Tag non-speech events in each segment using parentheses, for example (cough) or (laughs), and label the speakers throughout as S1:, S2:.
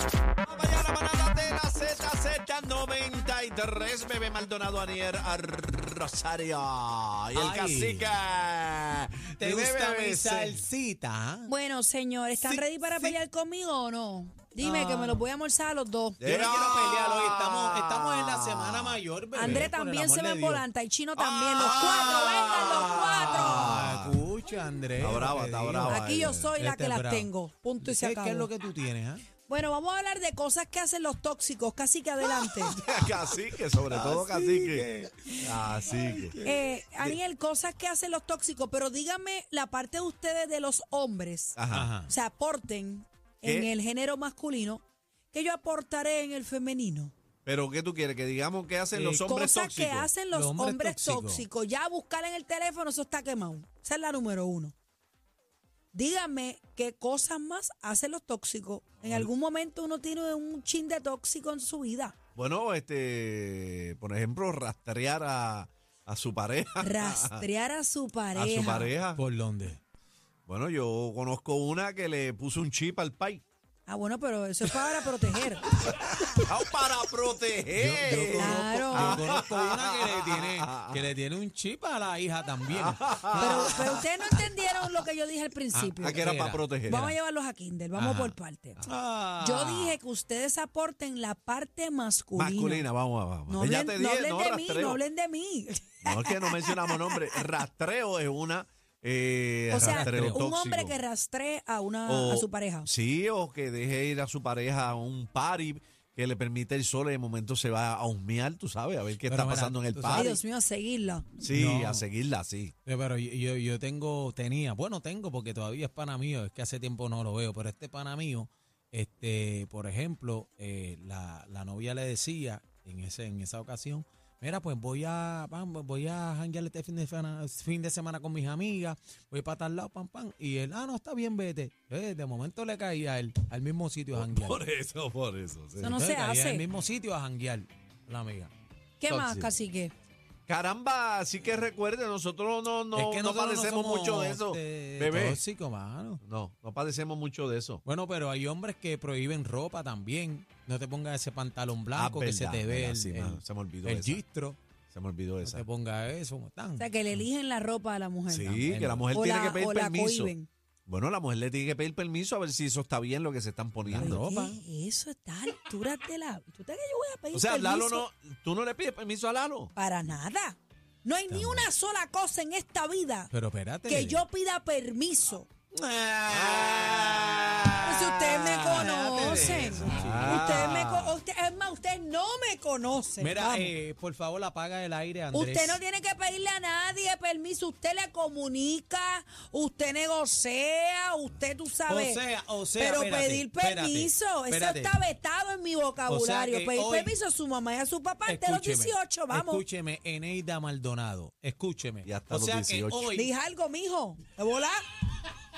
S1: Mañana manada de la ZZ93, bebé Maldonado Anier a Rosario. Y el
S2: Ay.
S1: cacique.
S2: ¿Te
S1: Dime,
S2: gusta mi
S1: bebé,
S2: salsita?
S3: Bueno, señor, ¿están
S2: Sí,
S3: ready para
S2: sí.
S3: pelear conmigo o no? Dime que me los voy a almorzar a los dos.
S2: Yo no
S1: Ya.
S2: quiero pelear hoy, estamos, estamos en la semana mayor, bebé.
S3: André
S2: por el
S3: también
S2: amor
S3: se
S2: de
S3: me
S2: Dios.
S3: volanta y Chino también. Los cuatro, vengan los cuatro.
S2: Ah, escucha, André.
S1: Está
S2: lo
S1: brava,
S2: que
S1: está
S2: digo.
S1: brava.
S3: Aquí yo soy la
S2: Este
S3: que
S2: es
S3: las
S2: bravo.
S3: tengo. Punto y se
S2: ¿Qué, qué
S3: acabó.
S2: es lo que tú tienes? ah?
S3: Bueno, vamos a hablar de cosas que hacen los tóxicos. Casi
S2: (laughs)
S3: que adelante.
S1: (laughs) Cacique, sobre todo cacique. Cacique.
S3: Eh, Aniel, cosas que hacen los tóxicos, pero dígame la parte de ustedes de los hombres.
S2: Ah.
S1: Ajá.
S3: O sea, aporten en
S1: ¿Qué?
S3: el género masculino que yo aportaré en el femenino.
S1: Pero ¿qué tú quieres? Que digamos qué hacen
S2: Eh,
S1: los hombres
S3: Cosas
S1: tóxicos.
S3: que hacen los,
S2: Los hombres
S3: hombres,
S2: tóxicos.
S3: tóxicos. Ya buscar en el teléfono, eso está quemado. Esa es la número uno. Dígame qué cosas más hacen los tóxicos. En algún momento uno tiene un chin de tóxico en su vida.
S1: (laughs) Bueno, este, por ejemplo, rastrear a, a su pareja.
S3: Rastrear a su pareja.
S1: A su pareja.
S2: ¿Por dónde?
S1: Bueno, yo conozco una que le puso un chip al pai.
S3: Ah, bueno, pero eso es para
S1: (laughs)
S3: proteger.
S1: Ah, para
S2: Yo,
S1: proteger.
S2: yo conozco,
S3: Claro.
S2: yo conozco una que le, tiene, que le tiene un chip a la hija también. (laughs)
S3: Pero, pero ustedes no entendieron lo que yo dije al principio.
S1: Ah, que era
S2: Era.
S1: para proteger.
S3: Vamos a llevarlos a Kindle, vamos
S2: Ajá.
S3: por parte.
S2: Ah.
S3: Yo dije que ustedes aporten la parte masculina.
S1: Masculina, vamos, vamos.
S3: No
S1: Ya
S3: hablen,
S1: te
S3: no
S1: dije,
S3: hablen
S1: no,
S3: de mí,
S1: rastreo.
S3: no hablen de mí.
S1: No, es que no mencionamos
S3: (laughs)
S1: nombre. Rastreo es una. Eh,
S3: O sea,
S1: rastreo
S3: un
S1: tóxico.
S3: hombre que rastree a una
S1: O-
S3: a su pareja.
S1: Sí, o que deje ir a su pareja a un party que le permite el sol y de momento se va a humear, tú sabes, a ver qué
S2: Pero
S1: está
S2: mira,
S1: pasando en el
S2: tú
S3: Ay,
S1: party.
S3: Dios mío, seguirla.
S1: Sí,
S2: No.
S1: a seguirla así.
S2: Eh, Pero yo, yo, yo tengo, tenía, bueno, tengo porque todavía es pana mío, es que hace tiempo no lo veo, pero este pana mío, este, por ejemplo, eh, la, la novia le decía en, ese, en esa ocasión, mira, pues voy a, pam, voy a janguear este fin de, semana, fin de semana con mis amigas, voy para tal lado, pam, pam, y él, ah, no, está bien, vete. Eh, de momento le caía a él, al mismo sitio a janguear.
S1: eso, por eso.
S3: Eso no
S2: Le
S3: se
S2: caía Al
S3: hace.
S2: mismo sitio a janguear, la amiga.
S3: ¿Qué más,
S1: Tóxico.
S3: cacique?
S1: Caramba, así que recuerde, nosotros no, no, no
S2: nosotros
S1: padecemos
S2: somos,
S1: mucho de eso,
S2: este,
S1: bebé.
S2: Tóxico, mano.
S1: No, no padecemos mucho de eso.
S2: Bueno, pero hay hombres que prohíben ropa también. No te pongas ese pantalón
S1: Ah,
S2: blanco que se
S1: verdad,
S2: te ve
S1: verdad,
S2: el,
S1: sí,
S2: el-
S1: mano, se me olvidó
S2: el
S1: esa.
S2: gistro.
S1: Se me olvidó
S2: No
S1: esa.
S2: te pongas eso. como tan.
S3: O sea, que le eligen la ropa a la mujer.
S1: Sí,
S2: también.
S1: que la mujer
S3: o
S1: tiene
S3: la,
S1: que pedir
S3: o la
S1: permiso.
S3: cohiben.
S1: Bueno, la mujer le tiene que pedir permiso a ver si eso está bien lo que se están
S3: Ay,
S1: poniendo.
S2: ropa.
S3: ¿qué? Eso está a alturas de la... ¿Tú te crees que yo voy a pedir
S1: O sea, Lalo
S3: permiso?
S1: no, tú no le pides permiso a Lalo.
S3: Para nada. No hay ni una sola cosa en esta vida
S2: Pero espérate.
S3: que yo pida permiso.
S2: Ah.
S1: Ah.
S3: Pero si ustedes me conocen, ustedes me
S1: Ah.
S3: co- usted- es más, ustedes no me conocen.
S2: Mira,
S3: vamos.
S2: eh, por favor, apaga el aire, Andrés.
S3: Usted no tiene que pedirle a nadie permiso. Usted le comunica, usted negocia, usted, tú sabes.
S2: O sea, o sea,
S3: Pero
S2: espérate,
S3: pedir
S2: espérate,
S3: permiso,
S2: espérate.
S3: eso está vetado en mi vocabulario.
S2: O sea que
S3: pedir
S2: hoy-
S3: permiso a su mamá y a su papá antes de los
S2: Escúcheme,
S3: 18, vamos.
S2: Escúcheme, Eneida Maldonado. Escúcheme.
S1: Y hasta
S2: o
S1: los
S2: sea
S1: 18.
S2: que hoy,
S3: Dije algo, mijo. ¿De volar?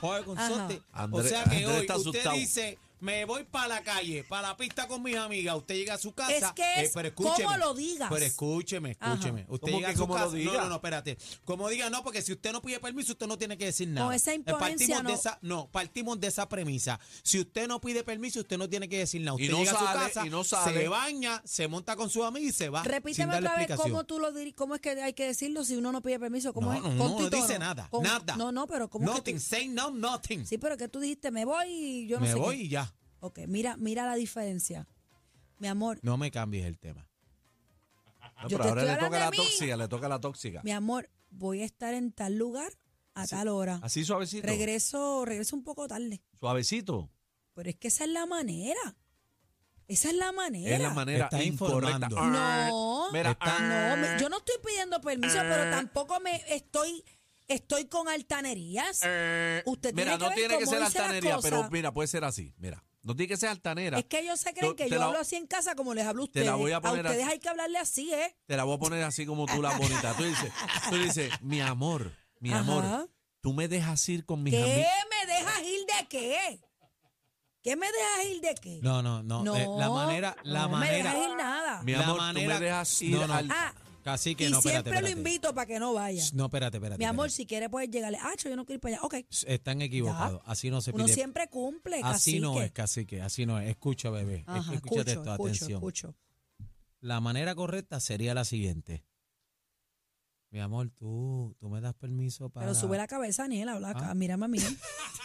S2: Joder, con
S3: Ajá.
S2: sorte.
S1: André-
S2: o sea que
S1: André
S2: hoy
S1: está
S2: usted
S1: asustado.
S2: dice, me voy para la calle, para la pista con mis amigas. Usted llega a su casa. eh,
S3: Es que es cómo lo digas.
S2: Pero escúcheme,
S3: Ajá.
S2: escúcheme. Usted
S1: ¿Cómo
S2: llega
S1: que
S2: a su
S1: cómo lo
S2: casa. No,
S1: diga?
S2: no, no, espérate. Como diga, no, porque si usted no pide permiso, usted no tiene que decir nada.
S3: esa
S2: Eh,
S3: imponencia
S2: partimos de
S3: no.
S2: esa, no, partimos de esa premisa. Si usted no pide permiso, usted no tiene que decir nada.
S1: Y
S2: Usted
S1: no
S2: llega a su
S1: sale,
S2: casa,
S1: y no sale.
S2: se baña, se monta con su amiga y se va. Ah, sin
S3: Repíteme
S2: darle
S3: otra vez
S2: explicación.
S3: cómo tú lo diri- cómo es que hay que decirlo si uno no pide permiso, cómo
S2: No,
S3: es
S2: no,
S3: Con
S2: no,
S3: tu
S2: no
S3: tono.
S2: dice nada,
S3: Con-
S2: nada.
S3: No, no, pero cómo es que
S2: Nothing,
S3: tú-
S2: say no, nothing.
S3: Sí, pero que tú dijiste, me voy y yo no
S2: me
S3: sé qué.
S2: voy y ya.
S3: Ok, mira, mira la diferencia. Mi amor,
S2: No me cambies el tema.
S1: No,
S3: Yo
S1: pero
S3: te
S1: ahora
S3: estoy
S1: le toca
S3: hablando
S1: la
S3: de mí.
S1: tóxica, le toca la tóxica.
S3: mi amor, voy a estar en tal lugar a tal hora.
S1: Así suavecito.
S3: Regreso, regreso un poco tarde.
S1: Suavecito.
S3: Pero es que esa es la manera. Esa es la manera.
S1: Es la manera
S2: Está
S1: incorrecta.
S2: informando.
S1: Ah,
S3: No.
S1: Mira, eh.
S2: Está-
S3: No, me- yo no estoy pidiendo permiso, pero tampoco me estoy estoy con altanerías.
S1: ah,
S3: Usted tiene
S1: mira,
S3: que
S1: no
S3: ver
S1: tiene que
S3: cómo
S1: ser
S3: dice las
S1: altanería, pero
S3: cosas.
S1: mira, puede ser así. Mira, no tiene que ser altanera.
S3: Es que ellos se creen
S1: Yo
S3: que
S1: te
S3: yo
S1: la-
S3: hablo así en casa como les hablo a
S1: te
S3: ustedes.
S1: la voy a poner
S3: a ustedes
S1: así.
S3: hay que hablarle así, ¿eh?
S1: Te la voy a poner así como tú
S3: (laughs)
S1: la bonita. Tú dices, tú dices, mi amor, mi
S3: Ajá.
S1: amor, tú me dejas ir con mis
S3: ¿Qué
S1: amigos.
S3: me dejas ir de qué? ¿Qué me dejas ir de qué?
S2: No, no, no. eh, la manera, la
S3: no me
S2: manera.
S3: dejas ir nada.
S1: Mi
S2: La
S1: amor, tú
S2: manera-
S1: me dejas ir
S2: No, no.
S1: al-
S3: Ah,
S2: Casi que
S3: y
S2: no, espérate,
S3: siempre lo
S2: espérate.
S3: invito para que no vaya.
S2: No, espérate, espérate.
S3: Mi amor,
S2: espérate.
S3: si quiere puedes llegarle. Ah, yo no quiero ir para allá. Ok.
S2: Están equivocados. Así no se
S3: Uno
S2: pide.
S3: siempre cumple.
S2: así no
S3: cacique.
S2: es, cacique. Así no es. Escucha, bebé. Es- Escúchate
S3: Ajá, escucho,
S2: esto,
S3: escucho,
S2: atención.
S3: escucho.
S2: La manera correcta sería la siguiente. Mi amor, tú, tú me das permiso para.
S3: Pero sube la cabeza, Daniel, habla acá.
S2: Ah. (laughs)
S3: Mírame a mí.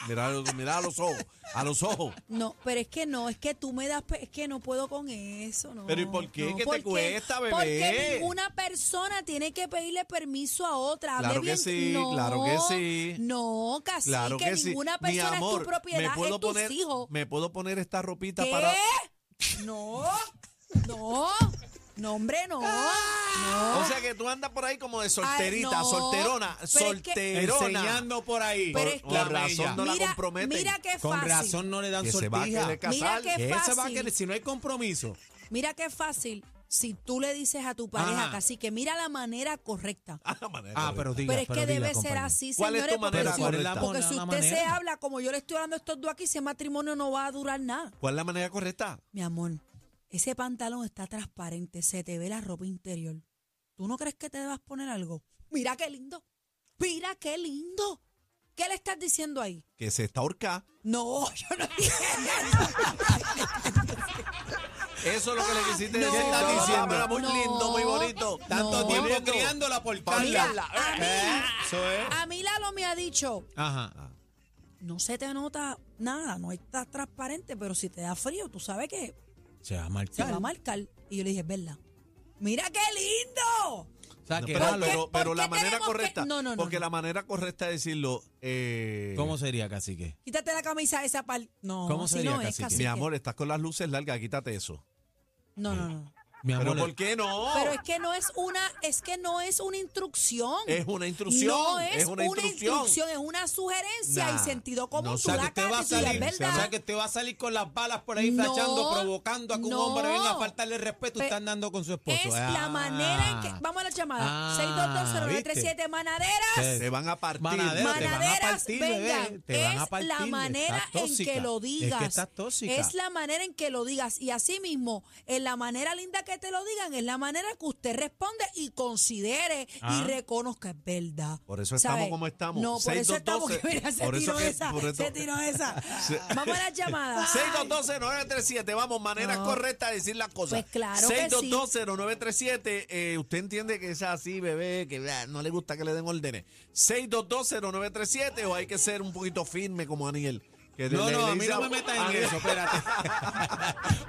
S1: Mira, mira a los ojos, a los ojos.
S3: No, pero es que no, es que tú me das, pe- es que no puedo con eso, no.
S1: Pero ¿y por qué?
S3: no,
S1: ¿Qué te
S3: porque-
S1: cuesta, bebé?
S3: Porque ninguna persona tiene que pedirle permiso a otra. Hable
S1: Claro que
S3: bien-
S1: sí,
S3: no,
S1: claro que sí.
S3: No, casi
S1: Claro
S3: que,
S1: que sí.
S3: ninguna
S1: Mi
S3: persona
S1: amor,
S3: es tu propiedad,
S1: me puedo
S3: es tus
S1: poner,
S3: hijos.
S1: me puedo poner esta ropita
S3: ¿Qué?
S1: para.
S3: No, no, no, hombre, no. no.
S2: Ah.
S1: O sea que tú andas por ahí como de solterita,
S3: Ay, no.
S1: solterona,
S3: Pero es que-
S1: solterona.
S2: Enseñando por ahí.
S3: Pero es
S1: Con
S3: que-
S2: la
S1: razón no
S2: mella.
S1: la
S3: mira,
S1: comprometen.
S3: mira qué fácil.
S2: Con razón no le dan
S1: que se va a
S2: sortija.
S1: querer casar.
S3: Mira qué
S2: Que esa va a
S3: fácil.
S2: querer- si no hay compromiso.
S3: Mira qué fácil si tú le dices a tu pareja,
S2: Ajá.
S3: casi que mira la manera correcta.
S1: (laughs) Ah, la manera
S2: Ah,
S1: correcta.
S2: pero diga,
S3: Pero es que
S2: diga,
S3: debe ser
S2: compañero.
S3: así,
S1: ¿Cuál es
S3: señores,
S1: tu
S3: porque,
S1: manera
S3: si,
S1: correcta?
S3: porque
S2: Pero
S3: si
S2: la
S3: usted se
S2: manera.
S3: habla como yo le estoy hablando a estos dos aquí, ese matrimonio no va a durar nada.
S1: ¿Cuál es la manera correcta?
S3: Mi amor, ese pantalón está transparente, se te ve la ropa interior. ¿Tú no crees que te debas poner algo? Mira qué lindo, mira qué lindo. ¿Qué le estás diciendo ahí?
S1: Que se está ahorcada.
S3: No, (laughs) yo no dije
S1: Eso es lo que le quisiste
S3: No,
S1: decir. Estás diciendo, era muy
S3: no,
S1: lindo, muy bonito.
S2: Tanto
S3: No.
S2: tiempo
S1: Volviendo.
S2: criándola por Carla.
S3: Mira, a mí-
S2: Eh, Eso es.
S3: A mí Lalo me ha dicho,
S2: Ajá.
S3: no se te nota nada, no está transparente, pero si te da frío, tú sabes que
S2: Se va a
S3: se
S2: marchar.
S3: va a marcar. Y yo le dije, es verdad. Mira qué lindo.
S2: O sea,
S1: No,
S2: que
S1: pero
S2: era lo-
S1: pero,
S3: por
S1: pero
S3: qué
S1: la manera
S3: tenemos que-
S1: correcta.
S3: No, no, no,
S1: porque
S3: no.
S1: la manera correcta de decirlo. Eh,
S2: ¿Cómo sería, cacique?
S3: Quítate la camisa esa parte. No,
S2: ¿Cómo
S3: así
S2: sería,
S3: no es,
S2: cacique?
S1: Mi
S3: cacique.
S1: amor, estás con las luces largas, quítate eso.
S3: No, no, no.
S2: Mi
S1: Pero
S2: amor, eh,
S1: ¿por qué no?
S3: Pero es que no es una, es que no es una instrucción.
S1: es una instrucción.
S3: No es,
S1: una, instrucción.
S3: es una sugerencia
S1: Nah,
S3: y sentido común.
S1: no, o
S3: tú
S2: O sea,
S3: la
S2: que usted va a
S3: acabas de decir,
S2: salir,
S3: es
S2: o sea,
S3: verdad.
S2: que usted va a salir con las balas por ahí
S3: No,
S2: flashando, provocando a que un
S3: no.
S2: hombre venga a faltarle respeto. Usted
S3: Pe-
S2: está andando con su esposo.
S3: Es la
S2: Ah.
S3: manera en que. Vamos a la llamada.
S2: Ah,
S3: 6220937 Manaderas.
S2: Sí.
S1: Se van a partir.
S2: Manadera, te van a
S3: Manaderas,
S2: partir,
S3: vengan.
S2: bebé, te van a
S3: es
S2: partir,
S3: la
S2: estás
S3: manera en
S2: tóxica.
S3: que lo digas.
S2: Es que estás tóxica.
S3: Es la manera en que lo digas. Y así mismo, en la manera linda que te lo digan, es la manera que usted responde y considere
S2: Ah.
S3: y reconozca. Es verdad.
S1: Por eso estamos
S3: ¿Sabe?
S1: como estamos.
S3: No, por eso estamos.
S1: 622-12.
S3: Mira, se
S1: Por eso
S3: tiró
S1: que-
S3: esa.
S1: por eso-
S3: Se tiró
S2: (laughs)
S3: esa. Vamos a la llamada.
S1: 6220937, vamos, manera
S3: No.
S1: correcta de decir las cosas.
S3: Pues claro que
S1: 6220937, eh, usted entiende que es así, bebé, que ah, no le gusta que le den órdenes. 6220937 o hay que ser un poquito firme como Daniel. Que
S2: No,
S1: le-
S2: no,
S1: le
S2: a mí
S1: dice-
S2: no me metan en
S1: Aniel-
S2: eso,
S1: (laughs)
S2: espérate.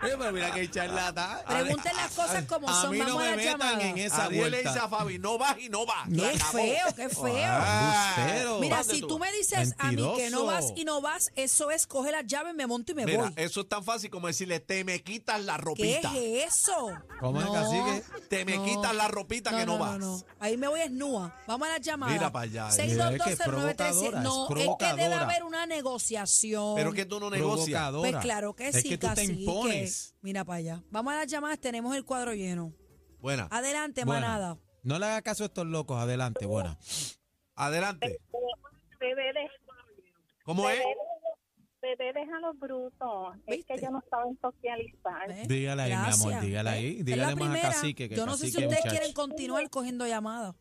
S2: Oye, pero mira que
S3: (laughs)
S2: charlata.
S3: Pregunten las cosas como
S2: a
S3: son.
S2: mí no
S3: Vamos a
S2: me
S3: la
S2: metan
S3: llamada.
S2: en esa
S1: Aniel le
S2: vuelta.
S1: dice a Fabi, no vas y no vas.
S3: Qué feo, qué feo.
S1: Ah,
S2: Embustero.
S3: Mira,
S1: ¿dónde
S3: si
S1: tú
S3: tú
S1: vas?
S3: me dices a mí que
S2: Mentiroso.
S3: no vas y no vas, eso es coge la llave, me monto y me
S1: Mira,
S3: voy.
S1: eso es tan fácil como decirle, te me quitas la
S3: ¿Qué
S1: ropita.
S3: es eso?
S2: ¿Cómo es, cacique?
S1: Te me quitas la ropita que no vas.
S3: Ahí me voy esnúa. Vamos a la llamada.
S1: Mira para allá.
S2: Mira, es que es
S3: 6220937.
S2: provocadora, es
S3: No, es que debe
S2: provocadora.
S3: haber una negociación.
S1: Pero que tú no negocias.
S2: Provocadora.
S3: pues claro que
S2: es
S3: sí,
S2: que tú te
S3: cacique.
S2: impones.
S3: Mira para allá. Vamos a las llamadas, tenemos el cuadro lleno.
S1: Buena,
S3: Adelante,
S2: Buena.
S3: manada.
S2: No le hagas caso a estos locos, adelante, buena.
S1: adelante.
S4: Bebé, de-
S1: ¿Cómo es?
S4: bebé, déjalo bruto. Es
S3: ¿Viste?
S4: que yo no saben socializar.
S3: ¿Ves?
S2: Dígale ahí, mi amor,
S3: ¿Eh? Gracias.
S2: dígale
S3: ¿Ves?
S2: ahí,
S3: Esta es
S2: dígale
S3: la
S2: más a
S3: primera.
S2: cacique, que
S3: Yo no sé si
S2: cacique,
S3: ustedes
S2: muchacho.
S3: quieren continuar cogiendo llamadas.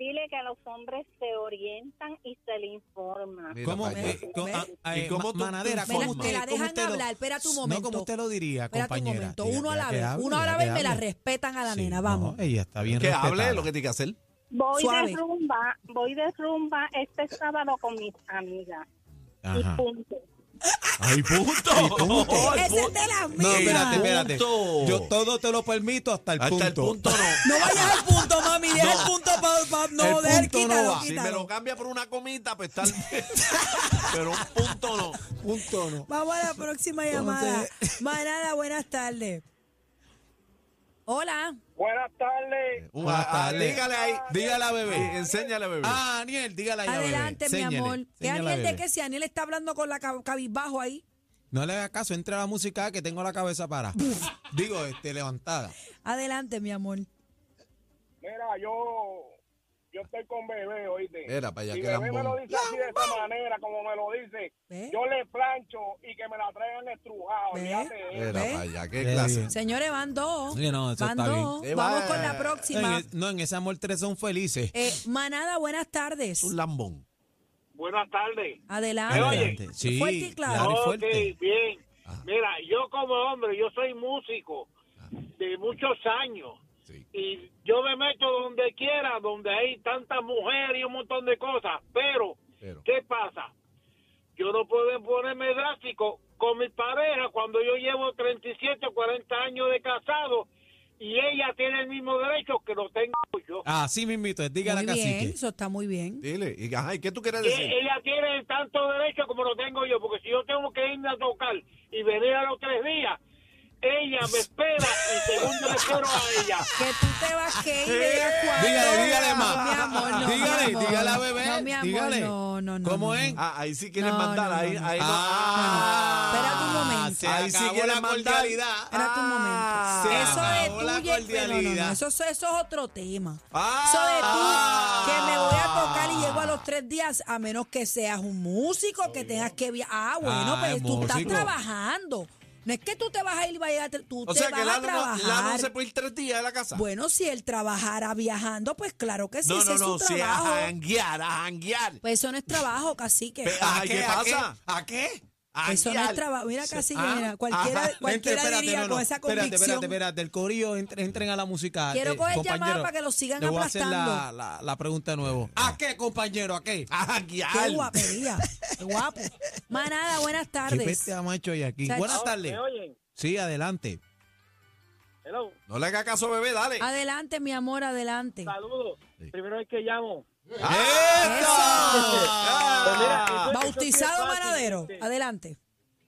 S4: Dile que los hombres se orientan y se le informan.
S1: Mira
S2: ¿Cómo,
S1: para allá.
S2: eh, co-
S3: Ve,
S2: ah, ah,
S1: ¿Y
S2: eh,
S1: cómo
S2: ma-
S1: tú-
S2: manadera,
S1: tú
S3: Me la-
S2: ¿cómo
S1: formas?
S3: me
S2: usted-
S3: la
S2: cómo
S3: dejan
S2: usted lo-
S3: hablar, espérate un
S2: No,
S3: momento.
S2: como usted lo diría,
S3: Espérate un
S2: compañera.
S3: momento,
S2: Diga,
S3: uno a
S2: diga
S3: la
S2: que
S3: vez,
S2: hable,
S3: uno a
S2: diga
S3: la
S2: que
S3: vez me la
S2: hable.
S3: respetan a la
S2: Sí,
S3: nena,
S2: no,
S3: vamos.
S2: ella está bien
S1: Que hable
S2: respetada.
S1: lo que tiene que hacer.
S4: Voy
S3: Suave.
S4: de rumba, voy de rumba este sábado con mis amigas.
S2: Ajá.
S4: Y punto.
S1: ¡Ay, punto! ¡Ay,
S3: Ese es
S1: punto!
S3: de
S2: No,
S3: las mías.
S2: espérate, espérate.
S1: Punto.
S2: Yo todo te lo permito hasta el punto.
S1: Hasta el punto no.
S3: No vayas al punto, mami, deja el punto para
S2: El
S3: no dejar,
S2: punto no
S3: quítalo,
S2: va.
S1: Si me
S3: quítalo.
S1: lo cambia por una comita, pues tal vez. Pero un punto no.
S2: Punto no.
S3: Vamos a la
S2: (laughs)
S3: próxima llamada. Manada, buenas tardes. Hola.
S5: Buenas tardes.
S2: Buenas
S1: Ah, ah,
S2: tarde.
S1: Dígale ahí.
S2: Dígale a bebé.
S1: Eh, enséñale, bebé.
S2: Ah, Aniel, dígale ahí a bebé.
S3: Adelante, mi
S2: Séñale,
S3: amor. ¿Qué
S2: séñale a
S3: Aniel de
S2: bebé.
S3: qué? Si Aniel está hablando con la cab- cabizbajo ahí.
S2: No le hagas caso, entre a la música que tengo la cabeza para. Digo, este, levantada.
S3: Adelante, mi amor.
S5: Mira, yo yo estoy con bebé, oíste.
S1: Era para allá,
S5: si
S1: qué
S5: bebé me
S1: lambón.
S5: lo dice así de esta manera, como me lo dice,
S3: ¿Ve?
S5: yo le plancho y que me la traigan estrujada,
S3: ¿Ve?
S5: olvídate de
S2: Eh.
S5: eso.
S1: Era
S3: ¿Ve?
S1: para allá, qué
S2: Qué
S1: clase.
S2: bien.
S3: Señores, van dos.
S2: Sí, no, eso
S3: van
S2: está bien.
S3: dos.
S1: Eh,
S3: Vamos
S1: va-
S3: con la
S2: No,
S3: próxima.
S2: en, no, en ese amor tres son felices.
S3: Eh, manada, buenas tardes.
S1: Un lambón.
S5: Buenas tardes.
S3: Adelante.
S2: Adelante. Sí,
S3: Fuerte y claro.
S2: claro.
S5: Oh,
S2: Dale fuerte. Ah.
S5: Ok, bien.
S1: Ajá.
S5: Mira, yo como hombre, yo soy músico de muchos años
S1: Sí.
S5: y yo me meto donde quiera, donde hay tantas mujeres y un montón de cosas, pero,
S1: Pero.
S5: ¿qué pasa? Yo no puedo ponerme drástico con mi pareja cuando yo llevo 37 o 40 años de casado y ella tiene el mismo derecho que lo tengo yo.
S1: Ah,
S2: Así mismito, es, diga
S3: Muy
S2: la
S3: bien,
S2: cacique.
S3: eso está muy bien.
S1: Dile, y, ajá, ¿y qué tú quieres
S5: Que
S1: decir?
S5: E-, ella tiene tanto derecho como lo tengo yo, porque si yo tengo que irme a tocar y venir a los tres días, ella me espera y según yo le espero a
S1: (laughs)
S5: ella.
S3: Que tú te vas que ir de ella cuando-
S2: Dígale, dígale
S3: No, mi
S2: más.
S3: amor, no, mi
S2: dígale,
S3: amor.
S2: dígale a bebé.
S3: No, mi amor,
S2: dígale.
S3: no, no, no.
S2: ¿Cómo
S3: no,
S2: es?
S3: no.
S1: Ah, ahí sí quieren
S3: No,
S1: mandar,
S3: no,
S1: ahí,
S3: no, no.
S1: ahí no.
S3: Ah, espérate un momento.
S2: Se
S1: Ahí sí
S2: acabó
S1: quieren
S2: la
S1: mandar.
S2: cordialidad.
S3: Espérate un
S1: Ah,
S3: momento.
S2: se
S3: eso
S2: acabó la
S3: de tuya, pero no, no,
S2: cordialidad.
S3: eso, eso- eso es otro tema.
S1: Ah.
S3: eso de tú, que me voy a tocar y llego a los tres días, a menos que seas un músico, que tengas que viajar. Ah, bueno,
S2: Ah,
S3: pero
S2: es
S3: tú estás
S2: músico.
S3: trabajando. No es que tú te vas a ir y vas a llegar, a- tú
S1: O
S3: te
S1: sea
S3: vas
S1: que
S3: a
S1: Lalo no,
S3: trabajar.
S1: Lalo no se puede ir tres días de la casa.
S3: Bueno, si él trabajara viajando, pues claro que sí,
S1: no,
S3: ese
S1: no,
S3: es
S1: no,
S3: su
S1: sí, a
S3: trabajo.
S1: janguear, a janguear.
S3: Pues eso no es trabajo, cacique.
S1: Pe- ah, ¿qué
S2: a
S1: pasa?
S2: ¿A qué?
S1: A
S3: Eso no
S1: janguear.
S3: es trabajo. Mira, cacique,
S1: Ah,
S3: mira, cualquiera,
S1: ajá.
S3: cualquiera
S2: Gente, espérate,
S3: diría
S2: no, no,
S3: con esa
S2: espérate,
S3: convicción.
S2: Espérate, espérate, el corillo, entren, entren a la música. eh,
S3: Quiero coger
S2: compañero,
S3: llamada para que los sigan
S2: le voy a hacer la,
S3: aplastando.
S2: la, la pregunta de nuevo. ¿A qué, compañero? ¿A qué?
S1: A janguear.
S3: Qué guapería, qué guapo. Manada, buenas
S2: ¿Qué
S3: tardes.
S2: peste ha macho hay aquí?
S3: Chacho.
S2: Buenas tardes.
S5: ¿Me oyen?
S2: Sí, adelante.
S5: Hello,
S1: No le haga caso, bebé, dale.
S3: Ah, Adelante, mi amor, adelante.
S5: saludos.
S1: Sí.
S5: Primero es que llamo.
S1: ¡Eso!
S5: Pues
S1: Ah.
S5: mira, eso- eso sí
S3: Bautizado
S5: es fácil,
S3: manadero,
S5: este.
S3: adelante.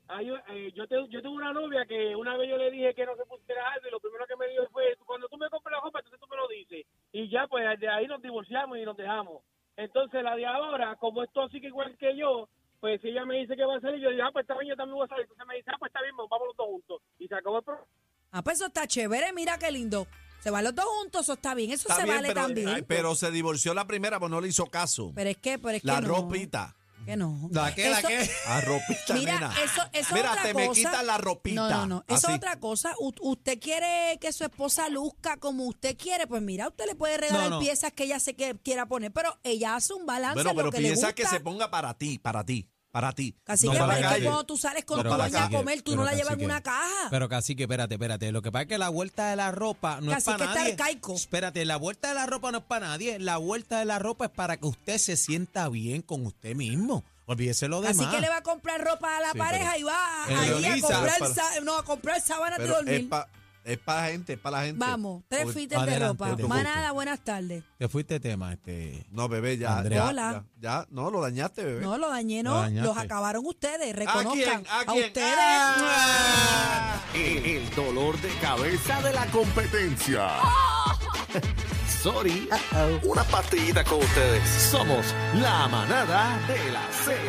S5: Hay un- eh, yo, te- yo tuve una novia que una vez yo le dije que no se pusiera algo y lo primero que me dijo fue, cuando tú me compres la ropa, entonces tú me lo dices. Y ya, pues de ahí nos divorciamos y nos dejamos. Entonces la de ahora, como es tóxica igual que yo, pues si ella me dice que va a salir, yo digo, ah, pues está bien, yo también voy a salir. Entonces me dice, ah, pues está bien, vamos los dos juntos. Y se acabó el problema.
S3: Ah, pues eso está chévere, mira qué lindo. Se van los dos juntos, eso está bien, eso
S1: Está
S3: se
S1: bien,
S3: vale
S1: pero,
S3: también.
S1: ay, pero se divorció la primera, pues no le hizo caso.
S3: pero es que, pero es
S1: la
S3: que no.
S1: ropita.
S3: Que no.
S2: ¿La qué, la
S3: Eso-
S2: qué?
S1: La ropita,
S3: Mira,
S1: nena.
S3: eso, eso
S1: Mira,
S3: es otra
S1: te
S3: cosa.
S1: me quita la ropita.
S3: No, no, no. Eso
S1: Así.
S3: es otra cosa. U- usted quiere que su esposa luzca como usted quiere, pues mira, usted le puede regalar
S2: no.
S3: piezas que ella se que- quiera poner, pero ella hace un balance
S1: Bueno,
S3: de
S1: pero
S3: lo que le
S1: piensa
S3: gusta.
S1: que se ponga para ti, para ti, para ti.
S3: Así
S1: No
S3: que, pues,
S1: para
S3: pero
S1: la
S3: es que
S1: calle.
S3: cuando tú sales con
S1: Pero
S3: tu
S1: para
S3: doña a
S1: cacique,
S3: comer, tú no la llevas en una caja.
S2: Pero casi que espérate, espérate. Lo que pasa es que la vuelta de la ropa no
S3: Cacique
S2: es para
S3: está
S2: nadie.
S3: arcaico.
S2: Espérate, la vuelta de la ropa no es para nadie. La vuelta de la ropa es para que usted se sienta bien con usted mismo. Olvídese lo demás.
S3: Así que le va a comprar ropa a la
S1: Sí,
S3: pareja
S1: pero-
S3: y va
S1: Pero
S3: allí a
S1: Lisa,
S3: comprar,
S1: para-
S3: sa- no, a comprar sábanas de
S1: Pero es
S3: dormir.
S1: para es pa la gente, es para la gente.
S3: Vamos, tres
S1: Porque-
S3: fites de
S2: Adelante,
S3: ropa.
S2: te gusta.
S3: Manada, buenas tardes.
S2: Te fuiste de tema, este.
S1: No, bebé, ya.
S2: Andrea.
S1: ya,
S3: Hola.
S1: Ya, ya. no, lo dañaste, bebé.
S3: No, lo dañé,
S2: Lo
S3: no.
S2: dañaste.
S3: Los acabaron ustedes,
S1: ¿A quién?
S3: reconozcan.
S1: ¿A quién?
S3: ustedes.
S1: ¡Ah!
S6: El, el dolor de cabeza de la (laughs) competencia. Sorry. Una partidita con ustedes. Somos la manada de la Z.